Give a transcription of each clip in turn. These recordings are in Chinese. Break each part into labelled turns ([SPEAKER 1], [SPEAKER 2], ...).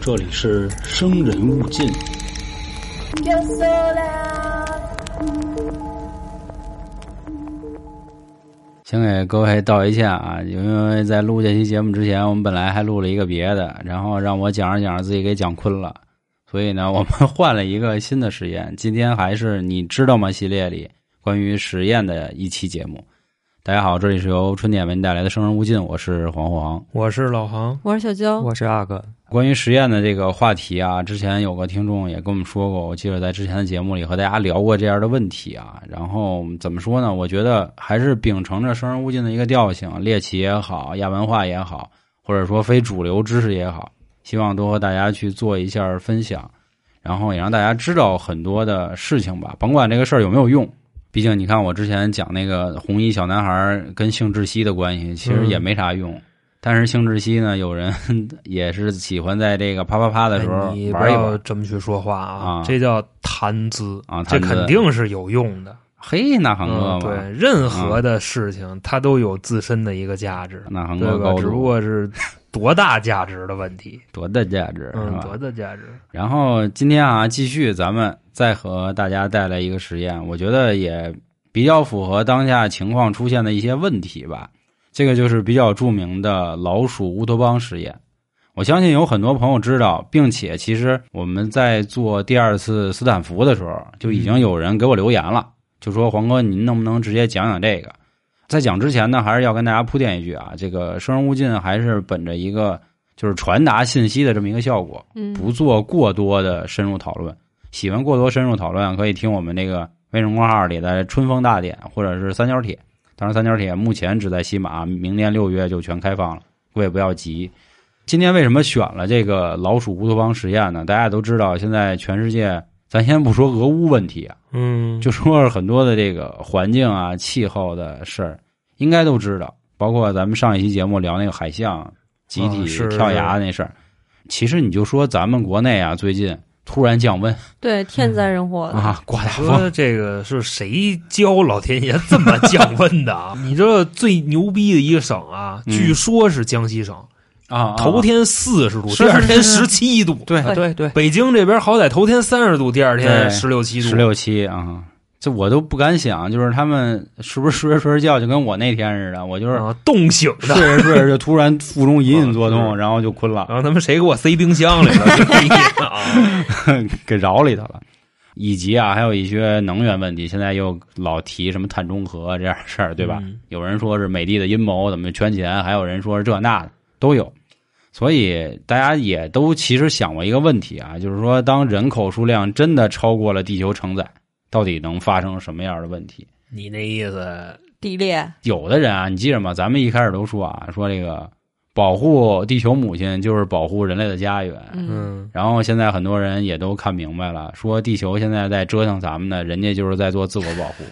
[SPEAKER 1] 这里是《生人勿进》。
[SPEAKER 2] Yo sola,
[SPEAKER 3] 先给各位道一歉啊，因为在录这期节目之前，我们本来还录了一个别的，然后让我讲着讲着自己给讲困了，所以呢，我们换了一个新的实验。今天还是你知道吗系列里关于实验的一期节目。大家好，这里是由春点为您带来的《生人勿近》，我是黄黄。
[SPEAKER 4] 我是老航，
[SPEAKER 5] 我是小娇，
[SPEAKER 4] 我是阿哥。
[SPEAKER 3] 关于实验的这个话题啊，之前有个听众也跟我们说过，我记得在之前的节目里和大家聊过这样的问题啊。然后怎么说呢？我觉得还是秉承着生人勿近的一个调性，猎奇也好，亚文化也好，或者说非主流知识也好，希望多和大家去做一下分享，然后也让大家知道很多的事情吧，甭管这个事儿有没有用。毕竟你看，我之前讲那个红衣小男孩儿跟性窒息的关系，其实也没啥用。但是性窒息呢，有人 也是喜欢在这个啪啪啪的时候
[SPEAKER 4] 哎你不
[SPEAKER 3] 玩一玩
[SPEAKER 4] 要。这么去说话啊
[SPEAKER 3] 啊，
[SPEAKER 4] 这叫谈资
[SPEAKER 3] 啊谈
[SPEAKER 4] 这
[SPEAKER 3] 资
[SPEAKER 4] 肯定是有用的。
[SPEAKER 3] 嘿，那恒哥嘛，
[SPEAKER 4] 嗯，对，任何的事情它都有自身的一个价值，
[SPEAKER 3] 那恒
[SPEAKER 4] 对
[SPEAKER 3] 哥
[SPEAKER 4] 吧？
[SPEAKER 3] 高
[SPEAKER 4] 只不
[SPEAKER 3] 度
[SPEAKER 4] 过是多大价值的问题，
[SPEAKER 3] 多大价值是
[SPEAKER 4] 嗯，
[SPEAKER 3] 吧？
[SPEAKER 4] 多大价值？
[SPEAKER 3] 然后今天啊，继续咱们再和大家带来一个实验，我觉得也比较符合当下情况出现的一些问题吧。这个就是比较著名的老鼠乌托邦实验。我相信有很多朋友知道，并且其实我们在做第二次斯坦福的时候，就已经有人给我留言了，就说黄哥，您能不能直接讲讲这个？在讲之前呢，还是要跟大家铺垫一句啊，这个《生人勿近》还是本着一个就是传达信息的这么一个效果，
[SPEAKER 5] 嗯，
[SPEAKER 3] 不做过多的深入讨论。喜欢过多深入讨论，可以听我们这个微信公号里的《春风大典》或者是三角铁。当然，三角铁目前只在西马，明年六月就全开放了，各位不要急。今天为什么选了这个老鼠乌托邦实验呢？大家都知道，现在全世界，咱先不说俄乌问题啊，
[SPEAKER 4] 嗯，
[SPEAKER 3] 就说是很多的这个环境啊、气候的事儿，应该都知道。包括咱们上一期节目聊那个海象集体
[SPEAKER 4] 啊是
[SPEAKER 3] 跳崖那事儿，其实你就说咱们国内啊，最近突然降温
[SPEAKER 5] 对，天灾人祸的，
[SPEAKER 3] 啊，刮大风，
[SPEAKER 4] 说这个是谁教老天爷这么降温 的啊？你知道最牛逼的一个省啊，
[SPEAKER 3] 嗯
[SPEAKER 4] 据说是江西省，
[SPEAKER 3] 啊，
[SPEAKER 4] 头天四十度，
[SPEAKER 3] 是
[SPEAKER 4] 第二天
[SPEAKER 3] 是是
[SPEAKER 4] 十七度，
[SPEAKER 3] 对
[SPEAKER 5] 对
[SPEAKER 4] 对对，北京这边好歹头天三十度，第二天
[SPEAKER 3] 对
[SPEAKER 4] 十六七度，
[SPEAKER 3] 十六七啊，这我都不敢想，就是他们是不是睡着睡着觉就跟我那天似的，我就是
[SPEAKER 4] 啊，冻醒
[SPEAKER 3] 睡
[SPEAKER 4] 的。
[SPEAKER 3] 着睡着就突然腹中隐隐作
[SPEAKER 4] 啊
[SPEAKER 3] 痛，然后就困了。
[SPEAKER 4] 然后他们谁给我塞冰箱里 了？这逼啊！
[SPEAKER 3] 给饶里头了。以及啊，还有一些能源问题，现在又老提什么碳中和这样的事儿，对吧？
[SPEAKER 4] 嗯
[SPEAKER 3] 有人说是美帝的阴谋，怎么圈钱，还有人说是这那的都有。所以大家也都其实想过一个问题啊，就是说，当人口数量真的超过了地球承载，到底能发生什么样的问题？
[SPEAKER 4] 你那意思，
[SPEAKER 5] 地裂，
[SPEAKER 3] 有的人啊，你记着吗？咱们一开始都说啊，说这个保护地球母亲就是保护人类的家园，
[SPEAKER 5] 嗯，
[SPEAKER 4] 嗯，
[SPEAKER 3] 然后现在很多人也都看明白了，说地球现在在折腾咱们呢，人家就是在做自我保护。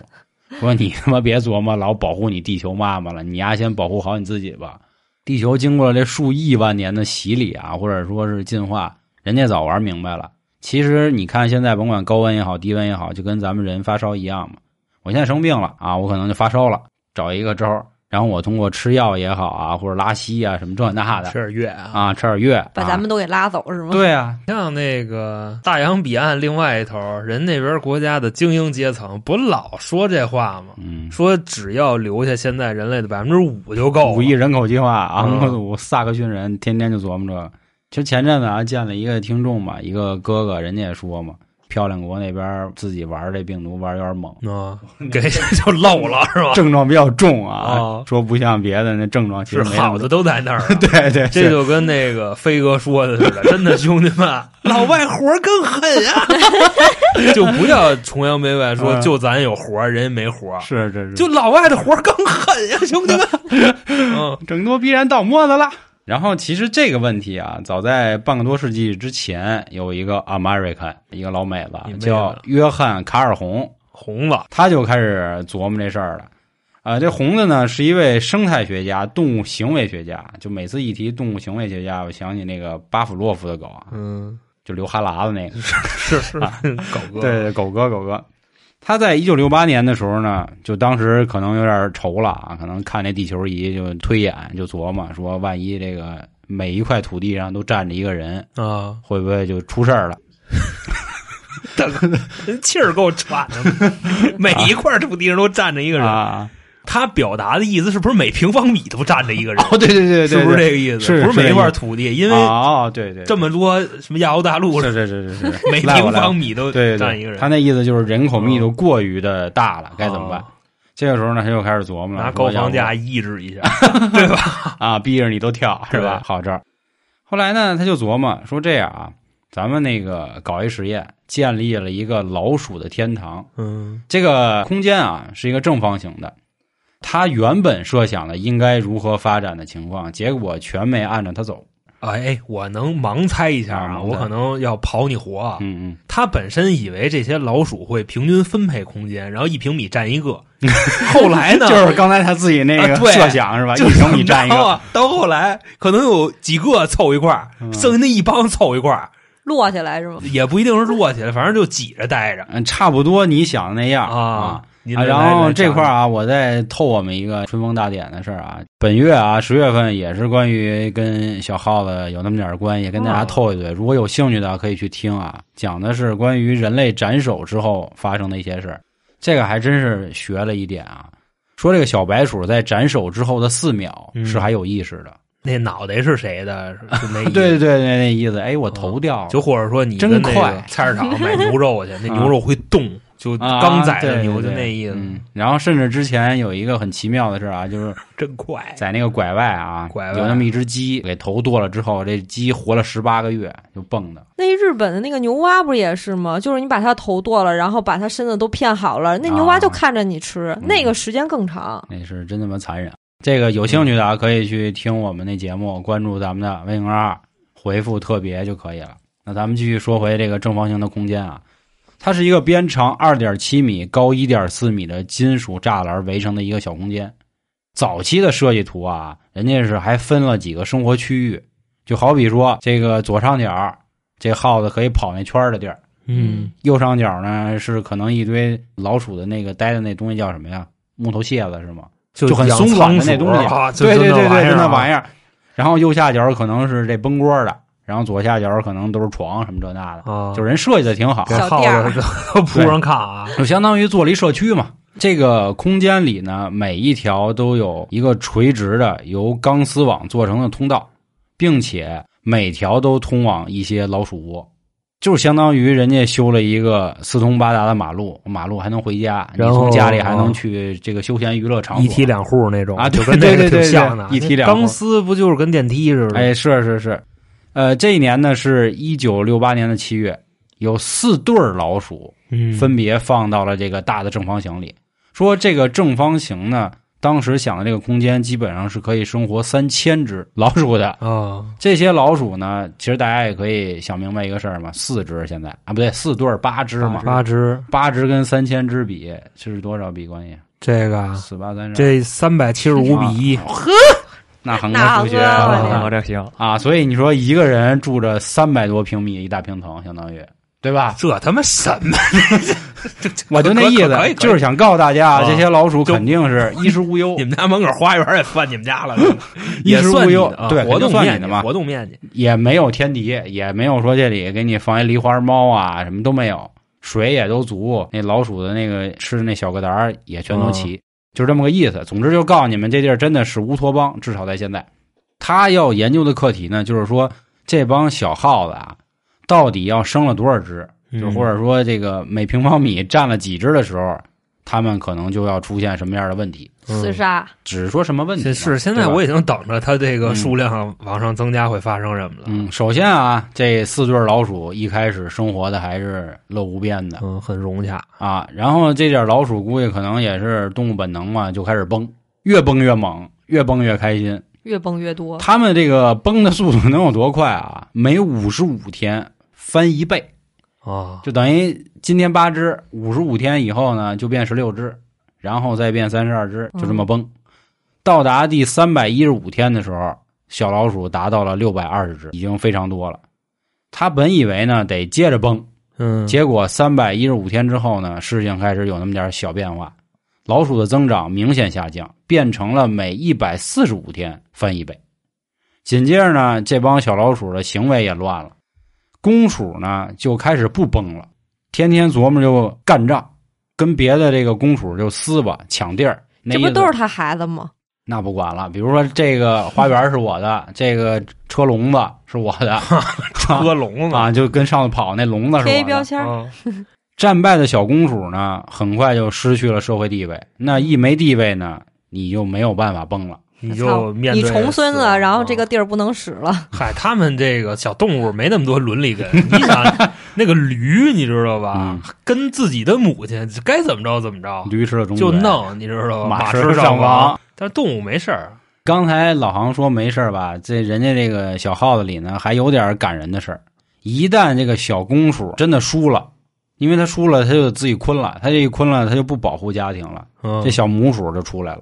[SPEAKER 3] 说你他妈别琢磨老保护你地球妈妈了，你丫先保护好你自己吧。地球经过了这数亿万年的洗礼啊，或者说是进化，人家早玩明白了。其实你看现在，甭管高温也好，低温也好，就跟咱们人发烧一样嘛。我现在生病了啊，我可能就发烧了，找一个招儿，然后我通过吃药也好啊，或者拉稀啊什么这那的
[SPEAKER 4] 吃点月啊。
[SPEAKER 3] 啊，吃点药啊，
[SPEAKER 5] 把咱们都给拉走是吗？
[SPEAKER 3] 对啊，
[SPEAKER 4] 像那个大洋彼岸另外一头，人那边国家的精英阶层不老说这话吗？
[SPEAKER 3] 嗯，
[SPEAKER 4] 说只要留下现在人类的百分之五就够了。
[SPEAKER 3] 五亿人口计划啊，
[SPEAKER 4] 嗯
[SPEAKER 3] 我萨克逊人天天就琢磨这个。其实前阵子啊，见了一个听众嘛，一个哥哥，人家也说嘛，漂亮国那边自己玩这病毒玩有点猛，
[SPEAKER 4] 啊，给 就漏了是吧？
[SPEAKER 3] 症状比较重啊，
[SPEAKER 4] 哦
[SPEAKER 3] 说不像别的那症状其
[SPEAKER 4] 是
[SPEAKER 3] 实没那
[SPEAKER 4] 好
[SPEAKER 3] 么重。
[SPEAKER 4] 的都在那儿啊、
[SPEAKER 3] 对对，
[SPEAKER 4] 这
[SPEAKER 3] 就
[SPEAKER 4] 就跟那个飞哥说的似的，真的兄弟们， 老外活儿更狠啊呀、 就不要崇洋媚外说
[SPEAKER 3] 嗯
[SPEAKER 4] 就咱有活儿，人家没活儿，
[SPEAKER 3] 是这是
[SPEAKER 4] 就老外的活儿更狠呀、兄弟们。嗯，
[SPEAKER 3] 整多必然倒沫子了。然后其实这个问题啊，早在半个多世纪之前，有一个 American 一个老美
[SPEAKER 4] 你妹
[SPEAKER 3] 子
[SPEAKER 4] 子
[SPEAKER 3] 叫约翰卡尔洪，
[SPEAKER 4] 红了，
[SPEAKER 3] 他就开始琢磨这事儿了。啊、这红子呢是一位生态学家、动物行为学家。就每次一提动物行为学家，我想起那个巴甫洛夫的狗啊，
[SPEAKER 4] 嗯，
[SPEAKER 3] 就流哈喇子那个。
[SPEAKER 4] 是是，狗哥，
[SPEAKER 3] 对，对，狗哥，狗哥。他在一九六八年的时候呢，就当时可能有点愁了啊，可能看这地球仪就推演，就琢磨说，万一这个每一块土地上都站着一个人，
[SPEAKER 4] 啊，
[SPEAKER 3] 会不会就出事儿了？
[SPEAKER 4] 大哥，人气儿够喘的，每一块土地上都站着一个人。
[SPEAKER 3] 啊，
[SPEAKER 4] 他表达的意思是不是每平方米都站着一个人？
[SPEAKER 3] 哦，对对对对，
[SPEAKER 4] 是不是这个意思？
[SPEAKER 3] 是
[SPEAKER 4] 不是每一
[SPEAKER 3] 这个
[SPEAKER 4] 块
[SPEAKER 3] 意思
[SPEAKER 4] 土地，因为
[SPEAKER 3] 哦，对对，
[SPEAKER 4] 这么多什么亚欧大陆
[SPEAKER 3] 是
[SPEAKER 4] 的，
[SPEAKER 3] 是是是是，
[SPEAKER 4] 每
[SPEAKER 3] 赖我
[SPEAKER 4] 平
[SPEAKER 3] 赖我
[SPEAKER 4] 方米都
[SPEAKER 3] 对对
[SPEAKER 4] 站
[SPEAKER 3] 对，
[SPEAKER 4] 一个人，
[SPEAKER 3] 他那意思就是人口密度过于的大了，该怎么办
[SPEAKER 4] 哦？
[SPEAKER 3] 这个时候呢，他又开始琢磨了，
[SPEAKER 4] 拿高
[SPEAKER 3] 说要
[SPEAKER 4] 房
[SPEAKER 3] 不
[SPEAKER 4] 价抑制一下
[SPEAKER 3] 啊，逼着你都跳是吧？
[SPEAKER 4] 对
[SPEAKER 3] 好这儿，后来呢，他就琢磨说这样啊，咱们那个搞一实验，建立了一个老鼠的天堂。
[SPEAKER 4] 嗯
[SPEAKER 3] 这个空间啊是一个正方形的，他原本设想的应该如何发展的情况，结果全没按照他走。
[SPEAKER 4] 哎，我能盲猜一下
[SPEAKER 3] 啊
[SPEAKER 4] 啊，
[SPEAKER 3] 盲猜
[SPEAKER 4] 我可能要刨你活啊。
[SPEAKER 3] 嗯嗯，
[SPEAKER 4] 他本身以为这些老鼠会平均分配空间，然后一平米占 一个。后来呢，
[SPEAKER 3] 就是刚才他自己那个
[SPEAKER 4] 啊对
[SPEAKER 3] 设想是吧？
[SPEAKER 4] 就
[SPEAKER 3] 一
[SPEAKER 4] 是
[SPEAKER 3] 平米占一
[SPEAKER 4] 怎么着
[SPEAKER 3] 个，
[SPEAKER 4] 啊。到后来可能有几个凑一块儿，
[SPEAKER 3] 嗯
[SPEAKER 4] 剩下那一帮凑一块儿，
[SPEAKER 5] 落下来是吗？
[SPEAKER 4] 也不一定是摞起来，反正就挤着待着
[SPEAKER 3] 嗯，差不多你想的那样啊。
[SPEAKER 4] 您
[SPEAKER 3] 啊，
[SPEAKER 4] 来
[SPEAKER 3] 然
[SPEAKER 4] 来
[SPEAKER 3] 后
[SPEAKER 4] 来
[SPEAKER 3] 这
[SPEAKER 4] 讲
[SPEAKER 3] 块儿啊，我再透我们一个春风大典的事儿啊。本月啊，十月份也是关于跟小耗子有那么点儿关系，跟大家
[SPEAKER 4] 哦
[SPEAKER 3] 透一嘴。如果有兴趣的可以去听啊，讲的是关于人类斩首之后发生的一些事儿。这个还真是学了一点啊。说这个小白鼠在斩首之后的四秒
[SPEAKER 4] 嗯
[SPEAKER 3] 是还有意识的，
[SPEAKER 4] 那脑袋是谁的？是 那意思
[SPEAKER 3] 对对对，那那意思，哎，我头掉了，
[SPEAKER 4] 哦就或者说你
[SPEAKER 3] 真
[SPEAKER 4] 跟那个
[SPEAKER 3] 快
[SPEAKER 4] 菜市场买牛肉去，那
[SPEAKER 3] 啊
[SPEAKER 4] 牛肉会动，就
[SPEAKER 3] 啊
[SPEAKER 4] 刚宰
[SPEAKER 3] 对
[SPEAKER 4] 的牛，
[SPEAKER 3] 对
[SPEAKER 4] 就
[SPEAKER 3] 对
[SPEAKER 4] 那意思，
[SPEAKER 3] 嗯，然后甚至之前有一个很奇妙的事儿啊，就是
[SPEAKER 4] 真快。
[SPEAKER 3] 在那个拐外啊，
[SPEAKER 4] 拐外
[SPEAKER 3] 有那么一只鸡给头剁了之后，这鸡活了十八个月，就蹦的。
[SPEAKER 5] 那日本的那个牛蛙不是也是吗？就是你把它头剁了，然后把它身子都片好了，那牛蛙就看着你吃，那个时间更长。
[SPEAKER 3] 那是真他妈残忍。这个有兴趣的啊，可以去听我们那节目，关注咱们的微信公众号，回复“特别”就可以了。那咱们继续说回这个正方形的空间啊，它是一个边长二点七米、高一点四米的金属栅栏围成的一个小空间。早期的设计图啊，人家是还分了几个生活区域，就好比说这个左上角，这耗子可以跑那圈儿的地儿，
[SPEAKER 4] 嗯，
[SPEAKER 3] 右上角呢是可能一堆老鼠的那个待的那东西叫什么呀？木头屑子是吗？
[SPEAKER 4] 就
[SPEAKER 3] 很松软的那东西，
[SPEAKER 4] 啊，
[SPEAKER 3] 对对对对，就那玩
[SPEAKER 4] 意
[SPEAKER 3] 意儿。然后右下角可能是这崩锅的，然后左下角可能都是床什么这那的，
[SPEAKER 4] 儿啊，
[SPEAKER 3] 就是人设计的挺好，
[SPEAKER 4] 给
[SPEAKER 5] 小
[SPEAKER 4] 耗
[SPEAKER 5] 店儿
[SPEAKER 4] 子都 铺上炕啊，
[SPEAKER 3] 就相当于做了一社区嘛。这个空间里呢，每一条都有一个垂直的由钢丝网做成的通道，并且每条都通往一些老鼠窝，就是相当于人家修了一个四通八达的马路，马路还能回家，你
[SPEAKER 4] 然后哦
[SPEAKER 3] 从家里还能去这个休闲娱乐场所。
[SPEAKER 4] 一梯两户那种
[SPEAKER 3] 啊对
[SPEAKER 4] 就跟那
[SPEAKER 3] 对
[SPEAKER 4] 个
[SPEAKER 3] 对对
[SPEAKER 4] 挺像的，
[SPEAKER 3] 对一梯两户
[SPEAKER 4] 钢丝不就是跟电梯似的？
[SPEAKER 3] 哎，是是是，呃，这一年呢是一九六八年的七月，有四对儿老鼠
[SPEAKER 4] 嗯，
[SPEAKER 3] 分别放到了这个大的正方形里。说这个正方形呢，当时想的这个空间基本上是可以生活三千只老鼠的。
[SPEAKER 4] 啊，
[SPEAKER 3] 这些老鼠呢，其实大家也可以想明白一个事儿嘛，四只现在啊，不对，四对儿八只嘛，
[SPEAKER 4] 八只
[SPEAKER 3] 八只跟三千只比，这是多少比关系？
[SPEAKER 4] 这个啊
[SPEAKER 3] 四八三十，
[SPEAKER 4] 这三百七十五比一，
[SPEAKER 3] 那横
[SPEAKER 5] 那
[SPEAKER 3] 着数学
[SPEAKER 5] 横啊
[SPEAKER 3] 啊
[SPEAKER 5] 我
[SPEAKER 6] 我这行，
[SPEAKER 3] 啊，所以你说一个人住着三百多平米一大平层，相当于对 吧？
[SPEAKER 4] 啊这他妈什么？
[SPEAKER 3] 我就那
[SPEAKER 4] 可
[SPEAKER 3] 意
[SPEAKER 4] 可可以
[SPEAKER 3] 思，
[SPEAKER 4] 可以
[SPEAKER 3] 就是想告诉大家，
[SPEAKER 4] 啊
[SPEAKER 3] 这些老鼠
[SPEAKER 4] 就
[SPEAKER 3] 肯定是衣食无 忧
[SPEAKER 4] 你，们家门口花园也算你们家了，
[SPEAKER 3] 衣
[SPEAKER 4] 也
[SPEAKER 3] 食
[SPEAKER 4] 算
[SPEAKER 3] 无
[SPEAKER 4] 你
[SPEAKER 3] 忧
[SPEAKER 4] 的，啊
[SPEAKER 3] 对，
[SPEAKER 4] 活
[SPEAKER 3] 肯
[SPEAKER 4] 动
[SPEAKER 3] 定算
[SPEAKER 4] 面
[SPEAKER 3] 你的
[SPEAKER 4] 积
[SPEAKER 3] 嘛，
[SPEAKER 4] 活动面积，
[SPEAKER 3] 也没有天敌，也没有说这里给你放一狸花猫啊，什么都没有，水也都足，那老鼠的那个吃的那小疙瘩儿也全
[SPEAKER 4] 嗯
[SPEAKER 3] 都齐，就这么个意思。总之就告诉你们，这地儿真的是乌托邦，至少在现在。他要研究的课题呢，就是说这帮小耗子啊，到底要生了多少只？
[SPEAKER 4] 嗯
[SPEAKER 3] 就或者说这个每平方米占了几只的时候，他们可能就要出现什么样的问题？
[SPEAKER 5] 嗯厮杀，
[SPEAKER 3] 只是说什么问题嘛？
[SPEAKER 4] 这是现在
[SPEAKER 3] 对吧
[SPEAKER 4] 我已经等着它这
[SPEAKER 3] 嗯
[SPEAKER 4] 个数量往上增加会发生什么了。
[SPEAKER 3] 嗯，首先啊，这四对老鼠一开始生活的还是乐无边的
[SPEAKER 4] 嗯，很融洽。
[SPEAKER 3] 啊，然后这点老鼠估计可能也是动物本能嘛，就开始崩，越崩越猛，越崩越开心。
[SPEAKER 5] 越蹦越多。
[SPEAKER 3] 它们这个崩的速度能有多快啊？每五十五天翻一倍，
[SPEAKER 4] 啊，
[SPEAKER 3] 就等于今天八只，五十五天以后呢就变十六只，然后再变三十二只，就这么崩。到达第三百一十五天的时候，小老鼠达到了六百二十只，已经非常多了。他本以为呢得接着崩，
[SPEAKER 4] 嗯，
[SPEAKER 3] 结果三百一十五天之后呢，事情开始有那么点小变化，老鼠的增长明显下降，变成了每一百四十五天翻一倍。紧接着呢，这帮小老鼠的行为也乱了，公鼠呢就开始不崩了，天天琢磨就干仗，跟别的这个公鼠就撕吧抢地儿。那
[SPEAKER 5] 这不
[SPEAKER 3] 意思
[SPEAKER 5] 都是他孩子吗？
[SPEAKER 3] 那不管了，比如说这个花园是我的，这个车笼子是我 的，
[SPEAKER 4] 车笼子
[SPEAKER 3] 啊，就跟上次跑那笼子是
[SPEAKER 5] 贴一
[SPEAKER 3] 我
[SPEAKER 5] 标
[SPEAKER 3] 的。
[SPEAKER 5] 签儿，
[SPEAKER 4] 啊
[SPEAKER 3] 战败的小公主呢，很快就失去了社会地位。那一没地位呢，你就没有办法蹦了。
[SPEAKER 4] 你
[SPEAKER 5] 操
[SPEAKER 4] 就面
[SPEAKER 5] 你
[SPEAKER 4] 对
[SPEAKER 5] 重孙
[SPEAKER 4] 死
[SPEAKER 5] 子，
[SPEAKER 4] 亡
[SPEAKER 5] 然后这
[SPEAKER 4] 啊
[SPEAKER 5] 个地儿不能使了，
[SPEAKER 4] 嗨，他们这个小动物没那么多伦理根。你想，那个驴，你知道吧？跟自己的母亲，该怎么着怎么着，
[SPEAKER 3] 嗯驴吃了中
[SPEAKER 4] 就
[SPEAKER 3] 国人，
[SPEAKER 4] 弄，你知道吧？
[SPEAKER 3] 马
[SPEAKER 4] 马
[SPEAKER 3] 吃上
[SPEAKER 4] 房
[SPEAKER 3] 房，
[SPEAKER 4] 但是动物没事儿，
[SPEAKER 3] 刚才老航说没事儿吧？这人家这个小号子里呢，还有点感人的事儿。一旦这个小公主真的输了，因为她输了，她就自己困了，她这一困了，她就不保护家庭了。
[SPEAKER 4] 嗯
[SPEAKER 3] 这小母鼠就出来了，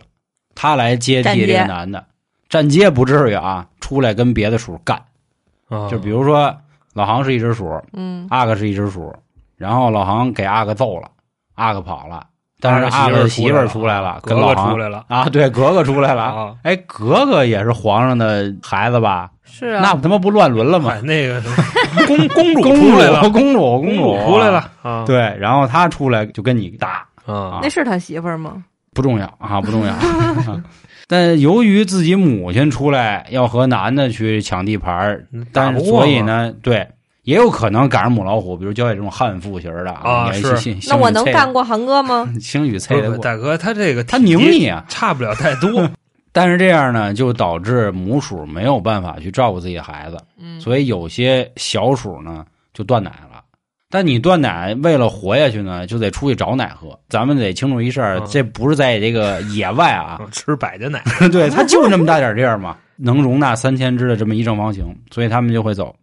[SPEAKER 3] 她来接
[SPEAKER 5] 站
[SPEAKER 3] 替这
[SPEAKER 5] 街
[SPEAKER 3] 个男的。站街不至于啊，出来跟别的鼠干。
[SPEAKER 4] 啊
[SPEAKER 3] 就比如说老航是一只鼠，
[SPEAKER 5] 嗯，
[SPEAKER 3] 阿哥是一只鼠，然后老航给阿哥揍了，阿哥跑了，但是阿
[SPEAKER 4] 阿
[SPEAKER 3] 哥
[SPEAKER 4] 哥
[SPEAKER 3] 的
[SPEAKER 4] 媳
[SPEAKER 3] 媳
[SPEAKER 4] 妇
[SPEAKER 3] 妇
[SPEAKER 4] 儿
[SPEAKER 3] 儿
[SPEAKER 4] 出
[SPEAKER 3] 出
[SPEAKER 4] 来
[SPEAKER 3] 来
[SPEAKER 4] 了
[SPEAKER 3] 了，
[SPEAKER 4] 格
[SPEAKER 3] 跟老
[SPEAKER 4] 格
[SPEAKER 3] 航
[SPEAKER 4] 出来了
[SPEAKER 3] 啊，对，格格出来了。
[SPEAKER 4] 啊，
[SPEAKER 3] 哎，格格也是皇上的孩子吧？
[SPEAKER 5] 是
[SPEAKER 3] 那
[SPEAKER 5] 啊，
[SPEAKER 3] 他妈不乱伦了吗
[SPEAKER 4] 哎，？那个哎公公主
[SPEAKER 3] 公
[SPEAKER 4] 出来了，
[SPEAKER 3] 公主，公
[SPEAKER 4] 主出来。了啊，
[SPEAKER 3] 对，然后他出来就跟你打，
[SPEAKER 4] 啊
[SPEAKER 5] 那是他媳妇儿吗？
[SPEAKER 3] 不重要啊，不重要。啊 但由于自己母亲出来要和男的去抢地盘儿，但
[SPEAKER 4] 打
[SPEAKER 3] 是
[SPEAKER 4] 不过嘛
[SPEAKER 3] 所以，呢，对，也有可能赶上母老虎，比如交给这种悍妇型儿的
[SPEAKER 4] 啊
[SPEAKER 3] 也
[SPEAKER 4] 是
[SPEAKER 3] 兴
[SPEAKER 5] 那我能干？过韩哥吗？
[SPEAKER 3] 星宇
[SPEAKER 4] 不
[SPEAKER 3] 猜
[SPEAKER 4] 是
[SPEAKER 3] 得
[SPEAKER 4] 不是
[SPEAKER 3] 过，
[SPEAKER 4] 大哥他这个
[SPEAKER 3] 他
[SPEAKER 4] 体
[SPEAKER 3] 拧
[SPEAKER 4] 积
[SPEAKER 3] 你啊！
[SPEAKER 4] 差不了太多，
[SPEAKER 3] 但是这样呢，就导致母鼠没有办法去照顾自己的孩子，
[SPEAKER 5] 嗯，
[SPEAKER 3] 所以有些小鼠呢就断奶了。但你断奶为了活下去呢，就得出去找奶喝。咱们得清楚一事儿
[SPEAKER 4] 嗯，
[SPEAKER 3] 这不是在这个野外啊，
[SPEAKER 4] 吃百家奶
[SPEAKER 3] 对，它就那么大点地儿嘛， 能容纳三千只的这么一正方形，所以它们就会走。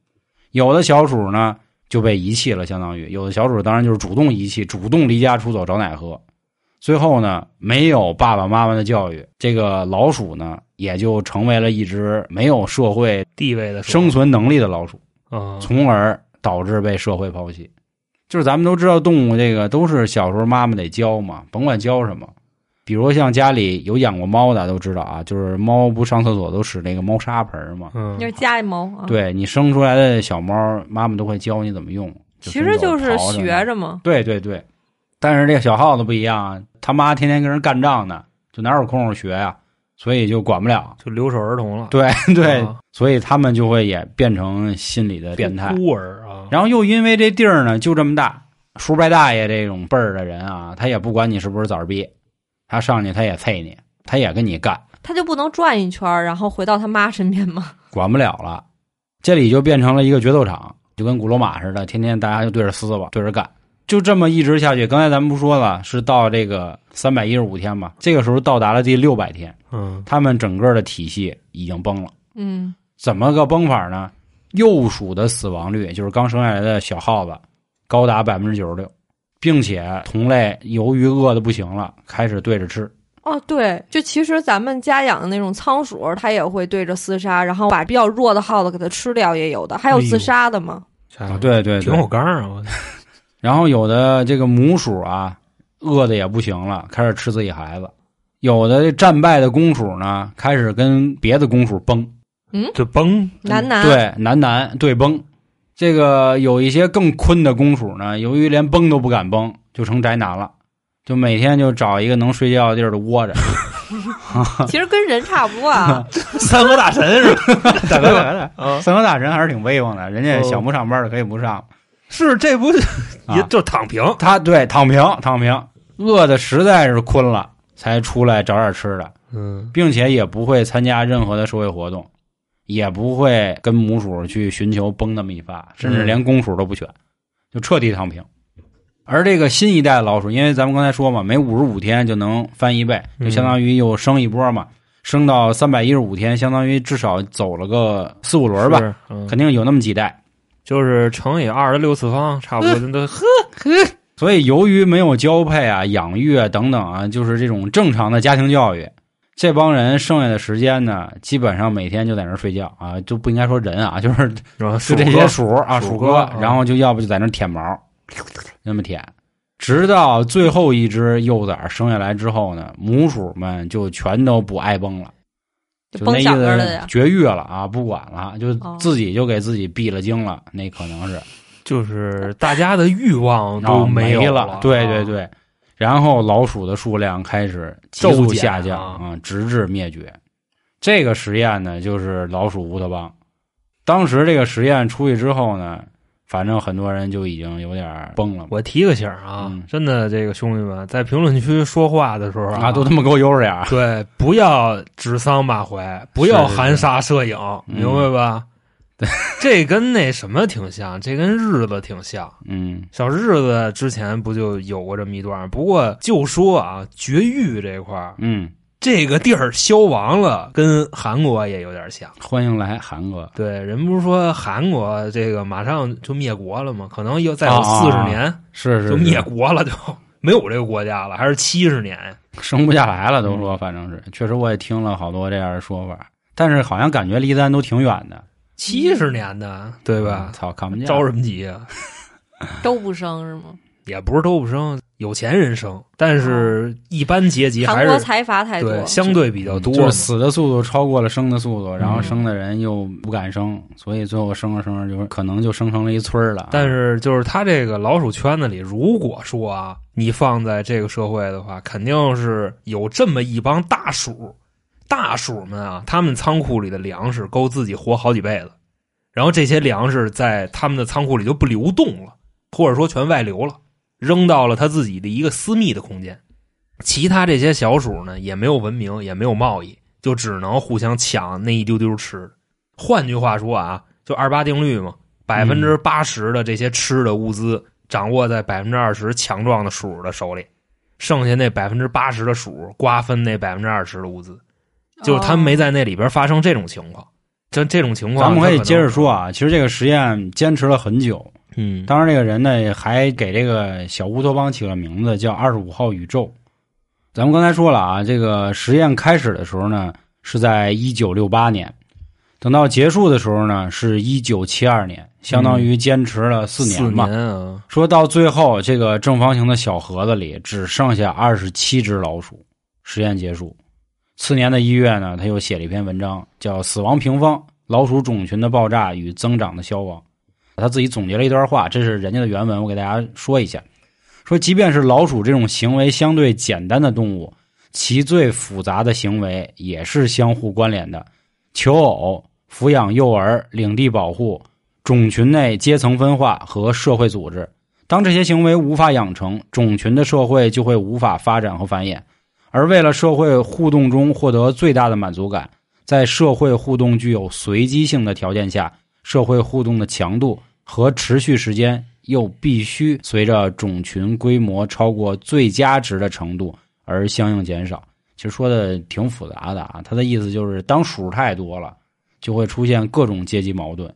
[SPEAKER 3] 有的小鼠呢就被遗弃了，相当于有的小鼠当然就是主动遗弃，主动离家出走找奶喝。最后呢，没有爸爸妈妈的教育，这个老鼠呢也就成为了一只没有社会
[SPEAKER 4] 地位的
[SPEAKER 3] 生存能力的老鼠，
[SPEAKER 4] 啊，
[SPEAKER 3] 从而导致被社会抛弃。就是咱们都知道，动物这个都是小时候妈妈得教嘛，甭管教什么。比如像家里有养过猫的都知道啊，就是猫不上厕所都使那个猫砂盆儿嘛。
[SPEAKER 4] 嗯
[SPEAKER 5] 就是家里猫啊，，
[SPEAKER 3] 对你生出来的小猫，妈妈都会教你怎么用。
[SPEAKER 5] 其实就
[SPEAKER 3] 跟
[SPEAKER 5] 是
[SPEAKER 3] 狗刨
[SPEAKER 5] 学。着嘛，
[SPEAKER 3] 对对对，但是这个小耗子不一样啊，他妈天天跟人干仗呢，就哪有空学呀、所以就管不了。
[SPEAKER 4] 就留守儿童了，
[SPEAKER 3] 对对
[SPEAKER 5] 嗯
[SPEAKER 4] 啊，
[SPEAKER 3] 所以他们就会也变成心理的变态。
[SPEAKER 4] 孤儿啊，
[SPEAKER 3] 然后又因为这地儿呢就这么大，叔伯大爷这种辈儿的人啊，他也不管你是不是崽儿逼，他上去他也啐你，他也跟你干，
[SPEAKER 5] 他就不能转一圈儿，然后回到他妈身边吗？
[SPEAKER 3] 管不了了。这里就变成了一个决斗场，就跟古罗马似的，天天大家就对着撕吧，对着干。就这么一直下去，刚才咱们不说了，是到这个三百一十五天嘛？这个时候到达了第六百天，
[SPEAKER 4] 嗯
[SPEAKER 3] 他们整个的体系已经崩了。
[SPEAKER 5] 嗯，
[SPEAKER 3] 怎么个崩法呢？幼鼠的死亡率，也就是刚生下来的小耗子，高达百分之九十六，并且同类由于饿的不行了，开始对着吃。
[SPEAKER 5] 哦，对，就其实咱们家养的那种仓鼠，它也会对着厮杀，然后把比较弱的耗子给它吃掉，也有的，还有
[SPEAKER 4] 哎呦
[SPEAKER 5] 自杀的嘛。
[SPEAKER 4] 啊，
[SPEAKER 3] 对对
[SPEAKER 4] 挺有刚啊，我
[SPEAKER 3] 然后有的这个母鼠啊，饿的也不行了，开始吃自己孩子；有的这战败的公鼠呢，开始跟别的公鼠崩，
[SPEAKER 4] 就崩
[SPEAKER 5] 男男，
[SPEAKER 3] 对 男男对崩。这个有一些更坤的公鼠呢，由于连崩都不敢崩，就成宅男了，就每天就找一个能睡觉的地儿就窝着。
[SPEAKER 5] 其实跟人差不多 啊。
[SPEAKER 4] 三和大神是吧？
[SPEAKER 3] 大哥，大哥，
[SPEAKER 4] 啊，
[SPEAKER 3] 三和大神还是挺威风的，人家
[SPEAKER 4] 嗯
[SPEAKER 3] 想不上班的可以不上。
[SPEAKER 4] 是这不
[SPEAKER 3] 啊
[SPEAKER 4] 也就躺平，
[SPEAKER 3] 他对躺平躺平，饿的实在是困了，才出来找点吃的，
[SPEAKER 4] 嗯
[SPEAKER 3] 并且也不会参加任何的社会活动，也不会跟母鼠去寻求崩那么一发，甚至连公鼠都不选，就彻底躺平。而这个新一代的老鼠，因为咱们刚才说嘛，每五十五天就能翻一倍，就相当于又升一波嘛，升到三百一十五天，相当于至少走了个四五轮吧，
[SPEAKER 4] 是，嗯
[SPEAKER 3] 肯定有那么几代。
[SPEAKER 4] 就是乘以二的六次方，差不 多都 呵
[SPEAKER 3] 所以，由于没有交配啊、养育啊等等啊，就是这种正常的家庭教育，这帮人剩下的时间呢，基本上每天就在那儿睡觉啊，就不应该说人啊， 就是
[SPEAKER 4] 然后
[SPEAKER 3] 就这些鼠啊、
[SPEAKER 4] 鼠
[SPEAKER 3] 鼠
[SPEAKER 4] 哥
[SPEAKER 3] 哥
[SPEAKER 4] 啊，
[SPEAKER 3] 然后就要不就在那儿舔毛，那么舔，直到最后一只幼崽生下来之后呢，母鼠们就全都不爱崩了，
[SPEAKER 5] 就
[SPEAKER 3] 就那
[SPEAKER 5] 崩
[SPEAKER 3] 意
[SPEAKER 5] 小个儿了呀
[SPEAKER 3] 思。绝育了啊，不管了，就
[SPEAKER 5] 哦
[SPEAKER 3] 自己就给自己闭了经了，那可能是
[SPEAKER 4] 就是大家的 欲望
[SPEAKER 3] 然后
[SPEAKER 4] 都
[SPEAKER 3] 哦没
[SPEAKER 4] 有啊
[SPEAKER 3] 了。对对，对，然后老鼠的数量开始急
[SPEAKER 4] 骤
[SPEAKER 3] 速
[SPEAKER 4] 减
[SPEAKER 3] 下降
[SPEAKER 4] 啊
[SPEAKER 3] 啊、直至灭绝。这个实验呢，就是老鼠乌托邦。当时这个实验出去之后呢，反正很多人就已经有点崩了
[SPEAKER 4] 我提个醒啊，
[SPEAKER 3] 嗯
[SPEAKER 4] 真的，这个兄弟们在评论区说话的时候
[SPEAKER 3] 啊，都他妈给我悠着点儿。
[SPEAKER 4] 对，不要指桑骂槐，不要
[SPEAKER 3] 是是
[SPEAKER 4] 含沙射影，
[SPEAKER 3] 嗯
[SPEAKER 4] 明白吧？这跟那什么挺像，这跟日子挺像。
[SPEAKER 3] 嗯
[SPEAKER 4] 小日子之前不就有过这么一段儿？不过就说啊，绝育这块儿，
[SPEAKER 3] 嗯，
[SPEAKER 4] 这个地儿消亡了，跟韩国也有点像。
[SPEAKER 3] 欢迎来韩国。
[SPEAKER 4] 对，人不是说韩国这个马上就灭国了吗？可能又再有四十
[SPEAKER 3] 啊
[SPEAKER 4] 年
[SPEAKER 3] 是是，
[SPEAKER 4] 就是灭国了，就 没有这个国家了，还是七十年？
[SPEAKER 3] 生不下来了，都
[SPEAKER 4] 嗯
[SPEAKER 3] 说反正是，确实我也听了好多这样的说法，但是好像感觉离咱都挺远的，嗯
[SPEAKER 4] 七
[SPEAKER 5] 嗯
[SPEAKER 4] 十年的，对吧？
[SPEAKER 3] 操，看不见，
[SPEAKER 4] 着什么急啊？
[SPEAKER 5] 都不生是吗？
[SPEAKER 4] 也不是都不生，有钱人生，但是一般阶级还
[SPEAKER 5] 哦韩国
[SPEAKER 4] 是
[SPEAKER 5] 财阀太多，
[SPEAKER 4] 对相对比较多
[SPEAKER 3] 嗯就
[SPEAKER 4] 嘛
[SPEAKER 3] 是。死的速度超过了生的速度，然后
[SPEAKER 5] 嗯
[SPEAKER 3] 生的人又不敢生，所以最后生着生着就是可能就生成了一村儿了。
[SPEAKER 4] 但是就是他这个老鼠圈子里，如果说啊，你放在这个社会的话，肯定是有这么一帮大鼠，大鼠们啊，他们仓库里的粮食够自己活好几辈子，然后这些粮食在他们的仓库里就不流动了，或者说全外流了，扔到了他自己的一个私密的空间。其他这些小鼠呢，也没有文明，也没有贸易，就只能互相抢那一丢丢吃的。换句话说啊，就二八定律嘛，
[SPEAKER 3] 嗯
[SPEAKER 4] 百分之八十的这些吃的物资掌握在百分之二十强壮的鼠的手里，剩下那百分之八十的鼠瓜分那百分之二十的物资，就是他们没在那里边发生这种情况。这这种情况，
[SPEAKER 3] 咱们可以
[SPEAKER 4] 它
[SPEAKER 3] 接
[SPEAKER 4] 能
[SPEAKER 3] 着，说啊，其实这个实验坚持了很久，
[SPEAKER 4] 嗯，
[SPEAKER 3] 当时这个人呢还给这个小乌托邦起了名字叫二十五号宇宙。咱们刚才说了啊，这个实验开始的时候呢是在一九六八年，等到结束的时候呢是一九七二年，相当
[SPEAKER 4] 嗯
[SPEAKER 3] 于坚持了四年嘛。
[SPEAKER 4] 啊，
[SPEAKER 3] 说到最后，这个正方形的小盒子里只剩下二十七只老鼠。实验结束，次年的一月呢，他又写了一篇文章，叫《死亡平方：老鼠种群的爆炸与增长的消亡》。他自己总结了一段话，这是人家的原文，我给大家说一下：说即便是老鼠这种行为相对简单的动物，其最复杂的行为也是相互关联的。求偶、抚养幼儿、领地保护、种群内阶层分化和社会组织。当这些行为无法养成，种群的社会就会无法发展和繁衍。而为了社会互动中获得最大的满足感，在社会互动具有随机性的条件下，社会互动的强度和持续时间又必须随着种群规模超过最佳值的程度而相应减少。其实说的挺复杂的啊，他的意思就是，当数太多了，就会出现各种阶级矛盾。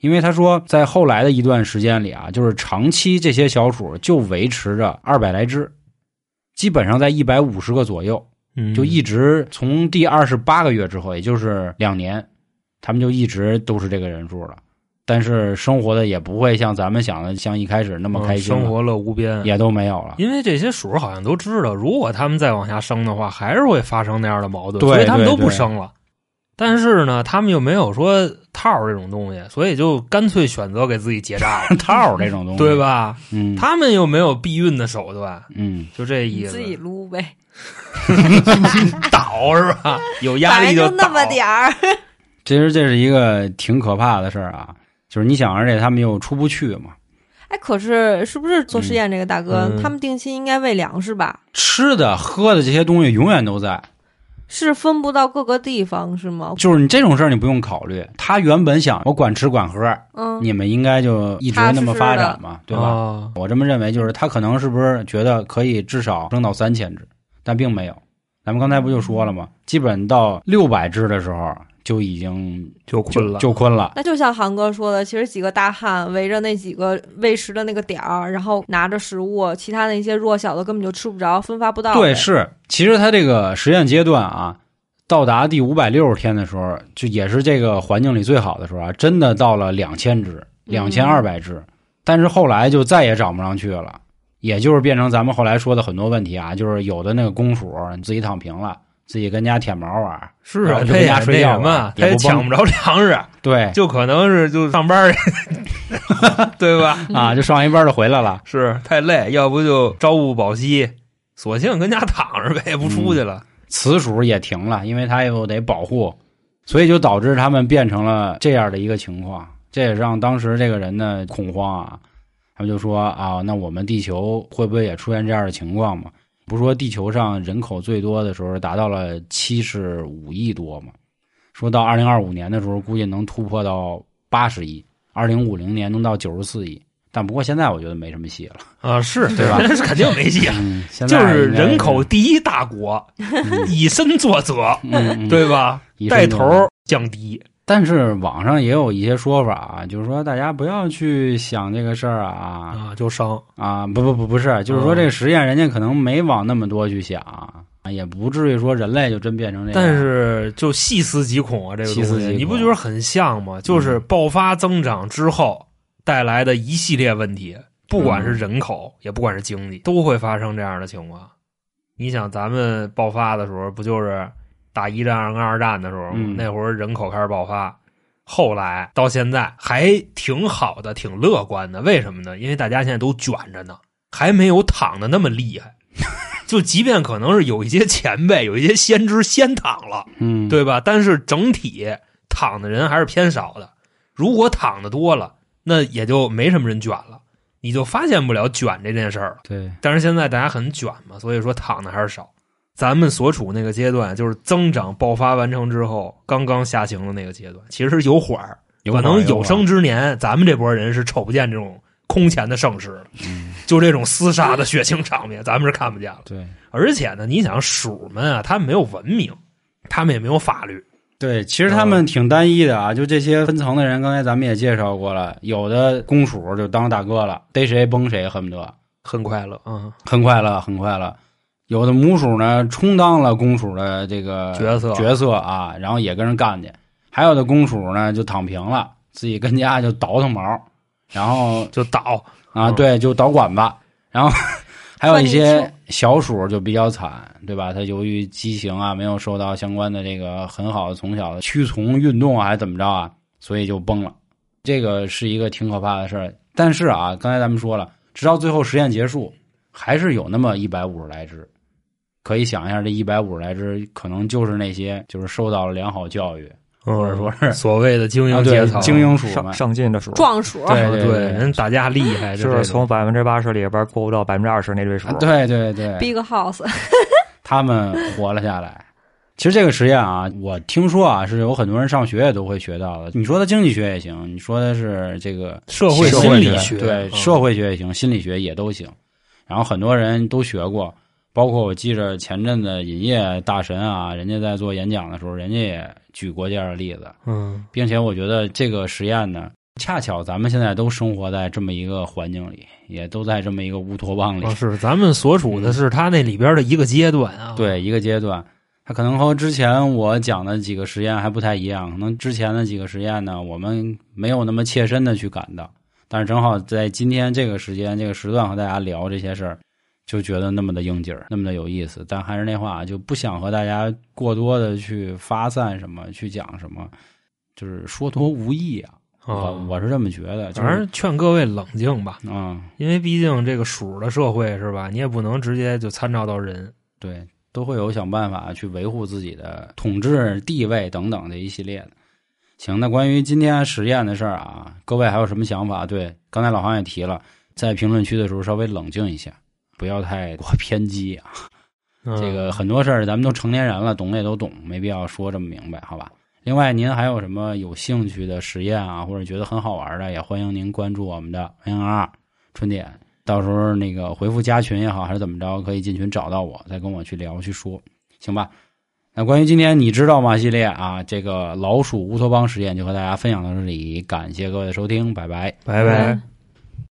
[SPEAKER 3] 因为他说，在后来的一段时间里啊，就是长期这些小鼠就维持着二百来只，基本上在一百五十个左右，
[SPEAKER 4] 嗯
[SPEAKER 3] 就一直从第二十八个月之后，也就是两年，他们就一直都是这个人数了。但是生活的也不会像咱们想的，像一开始那么开心了，
[SPEAKER 4] 哦生活乐无边。啊
[SPEAKER 3] 也都没有了。
[SPEAKER 4] 因为这些鼠好像都知道，如果他们再往下生的话，还是会发生那样的矛盾，
[SPEAKER 3] 对
[SPEAKER 4] 所以他们都
[SPEAKER 3] 对
[SPEAKER 4] 不生了。但是呢，他们又没有说套儿这种东西，所以就干脆选择给自己结 扎了，
[SPEAKER 3] 套儿这种东西，
[SPEAKER 4] 对？吧？
[SPEAKER 3] 嗯，
[SPEAKER 4] 他们又没有避孕的手段，
[SPEAKER 3] 嗯，
[SPEAKER 4] 就这
[SPEAKER 5] 你
[SPEAKER 4] 意思
[SPEAKER 5] 自，己撸呗，
[SPEAKER 4] 倒是 吧？有压
[SPEAKER 5] 反
[SPEAKER 4] 力
[SPEAKER 5] 正就那
[SPEAKER 4] 倒
[SPEAKER 5] 么点 儿。
[SPEAKER 3] 其实这是一个挺可怕的事儿啊，就是你想，而且他们又出不去嘛，
[SPEAKER 5] 哎，可是是不是做实验这个大哥，
[SPEAKER 4] 嗯
[SPEAKER 5] 他们定期应该喂粮食吧？
[SPEAKER 3] 吃的喝的这些东西永远都在。
[SPEAKER 5] 是分布到各个地方是吗？
[SPEAKER 3] 就是你这种事儿你不用考虑，他原本想我管吃管喝，
[SPEAKER 5] 嗯，
[SPEAKER 3] 你们应该就一直那么发展嘛，对吧？
[SPEAKER 4] 啊
[SPEAKER 3] 我这么认为，就是他可能是不是觉得可以至少升到三千只，但并没有。咱们刚才不就说了吗？基本到六百只的时候就已经
[SPEAKER 4] 就困了，
[SPEAKER 3] 就就困了。
[SPEAKER 5] 那就像韩哥说的，其实几个大汉围着那几个喂食的那个点儿，然后拿着食物，其他那些弱小的根本就吃不着，分发不到呗。
[SPEAKER 3] 对，是，其实他这个实验阶段啊，到达第五百六十天的时候，就也是这个环境里最好的时候啊，真的到了两千只、两千二百只，但是后来就再也涨不上去了，也就是变成咱们后来说的很多问题啊，就是有的那个公鼠你自己躺平了，自己跟家舔毛玩儿，
[SPEAKER 4] 是
[SPEAKER 3] 然
[SPEAKER 4] 啊，
[SPEAKER 3] 后就
[SPEAKER 4] 他
[SPEAKER 3] 跟
[SPEAKER 4] 也
[SPEAKER 3] 家睡
[SPEAKER 4] 那
[SPEAKER 3] 觉
[SPEAKER 4] 什么
[SPEAKER 3] 吧，
[SPEAKER 4] 他
[SPEAKER 3] 也
[SPEAKER 4] 也
[SPEAKER 3] 不
[SPEAKER 4] 抢
[SPEAKER 3] 帮
[SPEAKER 4] 不着粮食，
[SPEAKER 3] 对
[SPEAKER 4] 就可能是就上班去， 对吧？
[SPEAKER 3] 啊，就上一班就回来了。
[SPEAKER 4] 是太累，要不就朝不保夕，索性跟家躺着呗，也不出去了。
[SPEAKER 3] 雌鼠也停了，因为它又得保护，所以就导致他们变成了这样的一个情况。这也让当时这个人呢恐慌啊，他们就说啊，那我们地球会不会也出现这样的情况嘛？不是说地球上人口最多的时候达到了七十五亿多嘛？说到二零二五年的时候，估计能突破到八十亿，二零五零年能到九十四亿。但不过现在我觉得没什么戏了，
[SPEAKER 4] 啊，是
[SPEAKER 3] 嗯对吧
[SPEAKER 4] 是 肯定没戏 啊，
[SPEAKER 3] 嗯，现在
[SPEAKER 4] 就是
[SPEAKER 3] 应该嗯
[SPEAKER 4] 人口，第一大国，以身作则，
[SPEAKER 3] 嗯，嗯
[SPEAKER 4] 对吧？
[SPEAKER 3] 以身
[SPEAKER 4] 带
[SPEAKER 3] 作
[SPEAKER 4] 头
[SPEAKER 3] 则
[SPEAKER 4] 儿降低，
[SPEAKER 3] 但是网上也有一些说法啊，就是说大家不要去想这个事儿啊
[SPEAKER 4] 啊，就伤。
[SPEAKER 3] 啊，不不不不是，就是说这个实验人家可能没往那么多去想，啊也不至于说人类就真变成这样。
[SPEAKER 4] 但是就细思极恐啊，这个
[SPEAKER 3] 细
[SPEAKER 4] 东
[SPEAKER 3] 思
[SPEAKER 4] 西，
[SPEAKER 3] 极
[SPEAKER 4] 你不
[SPEAKER 3] 恐嗯
[SPEAKER 4] 觉得很像吗？就是爆发增长之后带来的一系列问题，不管
[SPEAKER 3] 嗯
[SPEAKER 4] 是人口，也不管是经济，都会发生这样的情况。你想，咱们爆发的时候，不就是打一战、跟二战的时候吗，
[SPEAKER 3] 嗯
[SPEAKER 4] 那会儿人口开始爆发，后来到现在还挺好的，挺乐观的。为什么呢？因为大家现在都卷着呢，还没有躺的那么厉害。就即便可能是有一些前辈、有一些先知先躺了，
[SPEAKER 3] 嗯，
[SPEAKER 4] 对吧？但是整体躺的人还是偏少的。如果躺的多了，那也就没什么人卷了，你就发现不了卷这件事儿了。
[SPEAKER 3] 对，
[SPEAKER 4] 但是现在大家很卷嘛，所以说躺的还是少。咱们所处那个阶段，就是增长爆发完成之后，刚刚下行的那个阶段，其实有缓儿，
[SPEAKER 3] 有啊
[SPEAKER 4] 可
[SPEAKER 3] 可
[SPEAKER 4] 能有
[SPEAKER 3] 有
[SPEAKER 4] 生之年，咱们这波人是瞅不见这种空前的盛世了，就这种厮杀的血腥场面，咱们是看不见了。
[SPEAKER 3] 对
[SPEAKER 4] 而且呢，你想鼠们啊，他们没有文明，他们也没有法律，
[SPEAKER 3] 对，其实他们挺单一的啊，就这些分层的人，刚才咱们也介绍过了，有的公鼠就当大哥了，逮谁崩谁，恨不得
[SPEAKER 4] 很快乐啊、
[SPEAKER 3] 很快乐，很快乐。有的母鼠呢，充当了公鼠的这个
[SPEAKER 4] 角色
[SPEAKER 3] 角色啊，然后也跟人干去；还有的公鼠呢，就躺平了，自己跟家就倒腾毛，然后
[SPEAKER 4] 就倒
[SPEAKER 3] 啊，
[SPEAKER 4] 嗯
[SPEAKER 3] 对，就倒管吧。 然后还有一
[SPEAKER 5] 换泥
[SPEAKER 3] 些小鼠就比较惨，对吧？它由于畸形啊，没有受到相关的这个很好的从小的驱从运动啊，还是怎么着啊，所以就崩了。这个是一个挺可怕的事儿。但是啊，刚才咱们说了，直到最后实验结束，还是有那么一百五十来只。可以想一下，这一百五十来只，可能就是那些就是受到了良好教育，或
[SPEAKER 4] 或
[SPEAKER 3] 者说是
[SPEAKER 4] 所谓的精
[SPEAKER 3] 啊
[SPEAKER 4] 英
[SPEAKER 3] 对
[SPEAKER 4] 阶层，啊
[SPEAKER 3] 精英鼠
[SPEAKER 6] 上
[SPEAKER 3] 们，
[SPEAKER 6] 上进的鼠，
[SPEAKER 5] 壮鼠
[SPEAKER 3] 对
[SPEAKER 4] 对
[SPEAKER 3] 对对
[SPEAKER 4] 人打架厉害，
[SPEAKER 6] 就
[SPEAKER 4] 这
[SPEAKER 6] 是
[SPEAKER 4] 种
[SPEAKER 6] 从百分之八十里边过不到百分之二十那堆鼠
[SPEAKER 3] 啊，对对对，
[SPEAKER 5] ，Big House，
[SPEAKER 3] 他们活了下来。 其实这个实验啊，我听说啊，是有很多人上学也都会学到的。你说的经济学也行，你说的是这个
[SPEAKER 4] 社会
[SPEAKER 6] 社
[SPEAKER 4] 心
[SPEAKER 6] 会
[SPEAKER 4] 理
[SPEAKER 6] 学
[SPEAKER 4] 学，
[SPEAKER 3] 对
[SPEAKER 4] 嗯
[SPEAKER 3] 社会学也行，心理学也都行。然后很多人都学过，包括我记着前阵子尹烨大神啊，人家在做演讲的时候，人家也举过这样的例子。
[SPEAKER 4] 嗯，
[SPEAKER 3] 并且我觉得这个实验呢，恰巧咱们现在都生活在这么一个环境里，也都在这么一个乌托邦里。
[SPEAKER 4] 啊是咱们所处的
[SPEAKER 3] 嗯
[SPEAKER 4] 是他那里边的一个阶段啊，，
[SPEAKER 3] 对一个阶段，它可能和之前我讲的几个实验还不太一样，可能之前的几个实验呢，我们没有那么切身的去感到，但是正好在今天这个时间这个时段和大家聊这些事儿，就觉得那么的应景儿，那么的有意思。但还是那话，啊就不想和大家过多的去发散什么，去讲什么，就是说多无益啊。
[SPEAKER 4] 啊
[SPEAKER 3] 我，我是这么觉得，就
[SPEAKER 4] 反
[SPEAKER 3] 是
[SPEAKER 4] 正劝各位冷静吧，
[SPEAKER 3] 嗯，
[SPEAKER 4] 因为毕竟这个鼠的社会是吧，你也不能直接就参照到人，
[SPEAKER 3] 对，都会有想办法去维护自己的统治地位等等这一系列的。行，那关于今天实验的事儿啊，各位还有什么想法？对，刚才老黄也提了，在评论区的时候稍微冷静一下，不要太过偏激啊。
[SPEAKER 4] 嗯
[SPEAKER 3] 这个很多事儿咱们都成年人了，懂的也都懂，没必要说这么明白，好吧？另外，您还有什么有兴趣的实验啊，或者觉得很好玩的，也欢迎您关注我们的 NR 春点。到时候那个回复加群也好，还是怎么着，可以进群找到我，再跟我去聊去说，行吧？那关于今天你知道吗系列啊，这个老鼠乌托邦实验就和大家分享到这里，感谢各位的收听，拜拜。
[SPEAKER 4] 拜
[SPEAKER 5] 拜
[SPEAKER 4] 拜
[SPEAKER 5] 拜。